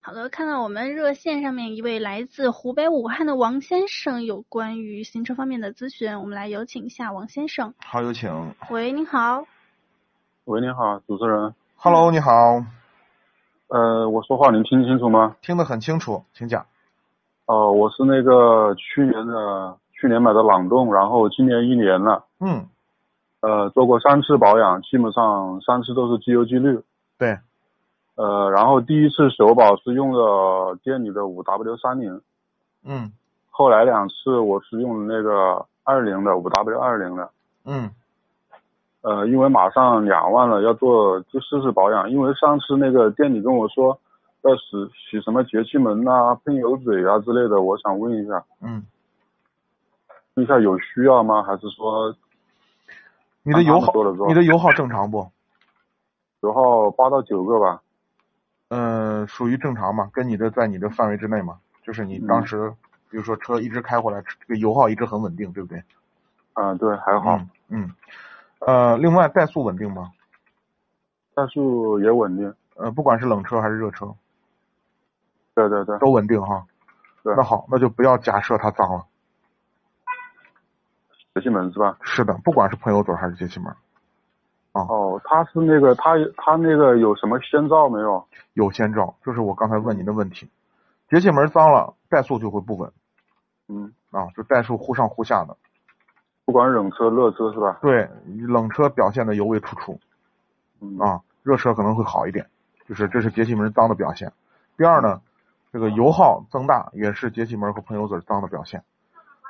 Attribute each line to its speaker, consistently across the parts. Speaker 1: 好的，看到我们热线上面一位来自湖北武汉的王先生有关于行车方面的咨询，我们来有请一下王先生。
Speaker 2: 好，有请。
Speaker 1: 喂，您好，
Speaker 3: 喂，你好，主持人。
Speaker 2: Hello，你好，
Speaker 3: 呃，我说话您听清楚吗？
Speaker 2: 听得很清楚，请讲。
Speaker 3: 哦、我是那个去年的，去年买的朗动，然后今年一年了，
Speaker 2: 嗯，
Speaker 3: 呃，做过三次保养，基本上三次都是机油机滤。
Speaker 2: 对，
Speaker 3: 呃，然后第一次首保是用的店里的五 W 三零，
Speaker 2: 嗯
Speaker 3: 后来两次我是用的那个二零的五 W 二零的。
Speaker 2: 嗯
Speaker 3: 呃，因为马上两万了，要做第四次保养。因为上次那个店里跟我说要洗洗什么节气门呐、喷油嘴啊之类的，我想问一下，
Speaker 2: 嗯，
Speaker 3: 问一下有需要吗？还是说
Speaker 2: 你的油
Speaker 3: 刚刚
Speaker 2: 耗
Speaker 3: 说了说，
Speaker 2: 你的油耗正常不？
Speaker 3: 油耗八到九个吧？
Speaker 2: 嗯，属于正常嘛，跟你的在你的范围之内嘛。就是你当时，比如说车一直开回来，这个油耗一直很稳定，对不对？
Speaker 3: 啊、对，还好，
Speaker 2: 嗯嗯。呃，另外怠速稳定吗？
Speaker 3: 怠速也稳定。
Speaker 2: 呃，不管是冷车还是热车，
Speaker 3: 对对对，
Speaker 2: 都稳定哈。
Speaker 3: 对
Speaker 2: 那好，那就不要假设它脏了。
Speaker 3: 节气门是吧？
Speaker 2: 是的，不管是喷油嘴还是节气门，
Speaker 3: 哦，它是那个它它那个有什么先兆没有？
Speaker 2: 有先兆，就是我刚才问您的问题。节气门脏了，怠速就会不稳
Speaker 3: 嗯，
Speaker 2: 啊，就怠速忽上忽下的。
Speaker 3: 不管冷车热车是吧？
Speaker 2: 对，冷车表现的尤为突出
Speaker 3: 嗯
Speaker 2: 啊，热车可能会好一点，就是这是节气门脏的表现。第二呢，这个油耗增大也是节气门和喷油嘴脏的表现。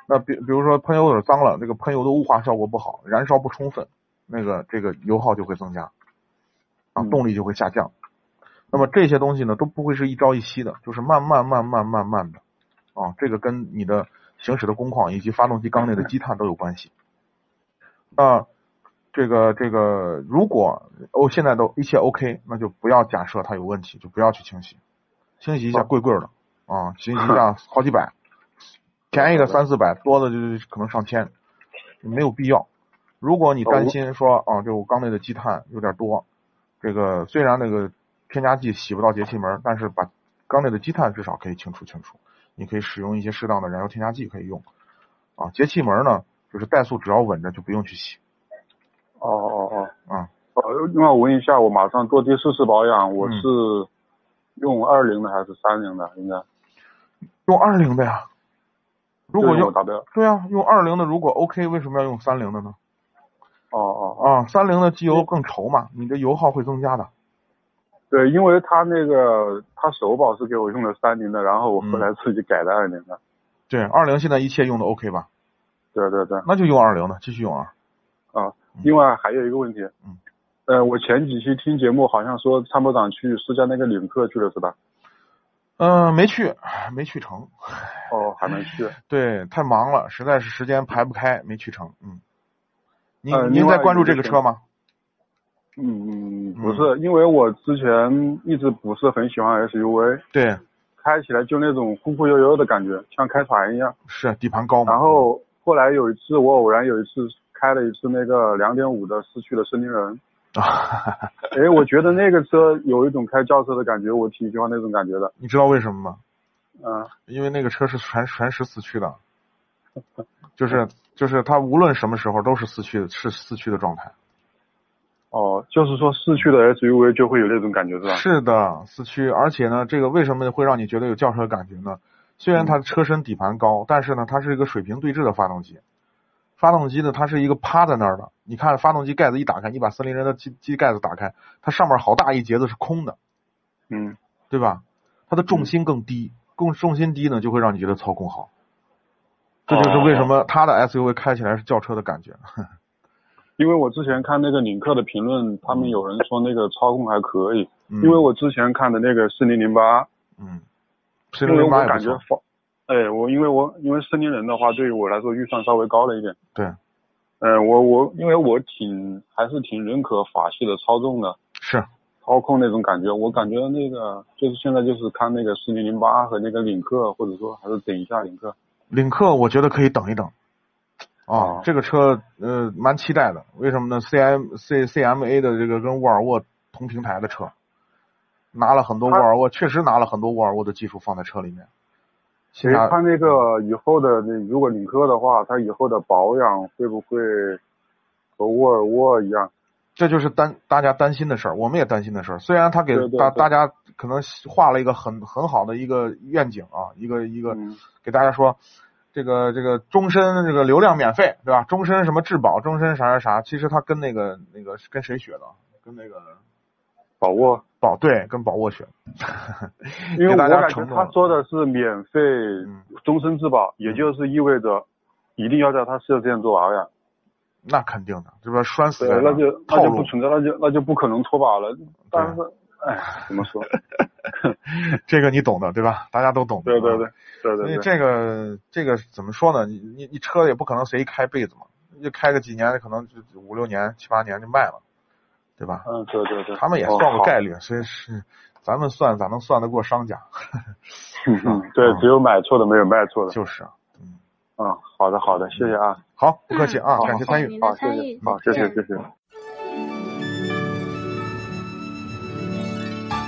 Speaker 2: 那比比如说喷油嘴脏了，那个喷油的雾化效果不好，燃烧不充分，那个这个油耗就会增加，啊，
Speaker 3: 嗯
Speaker 2: 动力就会下降。那么这些东西呢，都不会是一朝一夕的，就是慢慢慢慢慢慢的，啊，这个跟你的行驶的工况以及发动机缸内的积碳都有关系。那这个这个，如果哦现在都一切 OK，那就不要假设它有问题，就不要去清洗，清洗一下贵贵的啊，清洗一 下好几百，便宜个三四百，多的就是可能上千，没有必要。如果你担心说啊，这我缸内的积碳有点多，这个虽然那个添加剂洗不到节气门，但是把缸内的积碳至少可以清除清除。你可以使用一些适当的燃油添加剂可以用。啊，节气门呢，就是怠速只要稳着就不用去洗。
Speaker 3: 哦哦哦，
Speaker 2: 嗯
Speaker 3: 哦，另外我问一下，我马上做第四次保养，我
Speaker 2: 嗯
Speaker 3: 是用二零的还是三零的？应该
Speaker 2: 用二零的呀，如
Speaker 3: 就
Speaker 2: 果
Speaker 3: 是
Speaker 2: 用
Speaker 3: 我达标。
Speaker 2: 对啊，用二零的如果 OK，为什么要用三零的呢？
Speaker 3: 哦哦哦，
Speaker 2: 啊，三零的机油更稠嘛，你的油耗会增加的。
Speaker 3: 对，因为他那个他首保是给我用的三零的，然后我
Speaker 2: 嗯
Speaker 3: 后来自己改的二零的。
Speaker 2: 对，二零现在一切用的 OK 吧？
Speaker 3: 对对对，
Speaker 2: 那就用二零的，继续用啊。
Speaker 3: 啊，另外还有一个问题，
Speaker 2: 嗯，
Speaker 3: 呃，我前几期听节目好像说参谋长去试驾那个领克去了是吧？
Speaker 2: 嗯、没去，没去成。
Speaker 3: 哦，还没 去。
Speaker 2: 对，太忙了，实在是时间排不开，没去成。嗯，您、
Speaker 3: 呃
Speaker 2: 您
Speaker 3: 另
Speaker 2: 在
Speaker 3: 外
Speaker 2: 关注
Speaker 3: 一个
Speaker 2: 这个
Speaker 3: 是
Speaker 2: 车吗？
Speaker 3: 嗯，不是，因为我之前一直不是很喜欢 SUV，
Speaker 2: 对，
Speaker 3: 开起来就那种忽忽悠悠的感觉，像开船一样。
Speaker 2: 是底盘高嘛。
Speaker 3: 然后后来有一次，我偶然有一次开了一次那个两点五的四驱的森林人，
Speaker 2: 啊，
Speaker 3: 哎，我觉得那个车有一种开轿车的感觉，我挺喜欢那种感觉的。
Speaker 2: 你知道为什么吗？
Speaker 3: 嗯，
Speaker 2: 因为那个车是全全时四驱的， 就是就是它无论什么时候都是四驱是四驱的状态。
Speaker 3: 哦，就是说四驱的 SUV 就会有那种感觉是吧？
Speaker 2: 是的，四驱，而且呢，这个为什么会让你觉得有轿车感觉呢？虽然它车身底盘高，但是呢，它是一个水平对置的发动机，发动机呢，它是一个趴在那儿的。你看发动机盖子一打开，你把森林人的机机盖子打开，它上面好大一节子是空的，
Speaker 3: 嗯
Speaker 2: 对吧？它的重心更低，更重心低呢，就会让你觉得操控好。这就是为什么它的 SUV 开起来是轿车的感觉。
Speaker 3: 因为我之前看那个领克的评论，他们有人说那个操控还可以，
Speaker 2: 嗯
Speaker 3: 因为我之前看的那个四零零八，
Speaker 2: 嗯，森
Speaker 3: 因
Speaker 2: 林
Speaker 3: 为
Speaker 2: 人
Speaker 3: 我
Speaker 2: 八也
Speaker 3: 感
Speaker 2: 不
Speaker 3: 觉
Speaker 2: 错，
Speaker 3: 法，哎，我因为我因为森林人的话，对于我来说预算稍微高了一点。
Speaker 2: 对，
Speaker 3: 呃，我我因为我挺还是挺认可法系的操纵的，
Speaker 2: 是
Speaker 3: 操控那种感觉。我感觉那个就是现在就是看那个四零零八和那个领克，或者说还是等一下领克。
Speaker 2: 领克，我觉得可以等一等。啊
Speaker 3: 哦，
Speaker 2: 这个车呃蛮期待的，为什么呢？C M C C M A 的这个跟沃尔沃同平台的车，拿了很多沃
Speaker 3: 它
Speaker 2: 尔沃，确实拿了很多沃尔沃的技术放在车里面。
Speaker 3: 其
Speaker 2: 现
Speaker 3: 实
Speaker 2: 在
Speaker 3: 它那个以后的，如果领克的话，它以后的保养会不会和沃尔沃一样？
Speaker 2: 这就是担大家担心的事儿，我们也担心的事儿。虽然他给
Speaker 3: 对对
Speaker 2: 大
Speaker 3: 对
Speaker 2: 大家可能画了一个很很好的一个愿景啊，一个一个、
Speaker 3: 嗯
Speaker 2: 给大家说，这个这个终身这个流量免费，对吧？终身什么质保，终身啥啥啥。其实他跟那个那个跟谁学的？跟那个
Speaker 3: 宝沃，
Speaker 2: 宝对，跟宝沃学的。
Speaker 3: 因为
Speaker 2: 给
Speaker 3: 我
Speaker 2: 大家
Speaker 3: 感觉
Speaker 2: 承诺
Speaker 3: 他说的是免费
Speaker 2: 嗯
Speaker 3: 终身质保，也就是意味着一定要在他四 S 店做保养。
Speaker 2: 那肯定的，这不拴死
Speaker 3: 对
Speaker 2: 在，
Speaker 3: 那
Speaker 2: 儿
Speaker 3: 就那
Speaker 2: 套
Speaker 3: 就不
Speaker 2: 路。
Speaker 3: 存在，那就那就不可能脱保了。但是，哎，怎么说？
Speaker 2: 这个你懂的，对吧？大家都懂的。
Speaker 3: 对对
Speaker 2: 啊
Speaker 3: 对对
Speaker 2: 所以
Speaker 3: 对对。
Speaker 2: 这个这个怎么说呢？你你你车也不可能随意开辈子嘛，就开个几年，可能就五六年、七八年就卖了，对吧？
Speaker 3: 嗯，对对对，
Speaker 2: 他们也算过概
Speaker 3: 率。
Speaker 2: 率，所以是咱们算咋能算得过商家？
Speaker 3: 嗯嗯，对，只有买错的没有卖错的。
Speaker 2: 就是啊
Speaker 3: 嗯，好的好的，谢谢啊，
Speaker 2: 好，不客气啊，
Speaker 3: 嗯
Speaker 2: 感谢
Speaker 3: 好
Speaker 2: 参
Speaker 1: 你
Speaker 2: 与。
Speaker 1: 的
Speaker 3: 好谢
Speaker 1: 参
Speaker 3: 谢
Speaker 1: 与，，
Speaker 3: 好
Speaker 1: 再
Speaker 3: 谢谢
Speaker 1: 见
Speaker 3: 谢谢。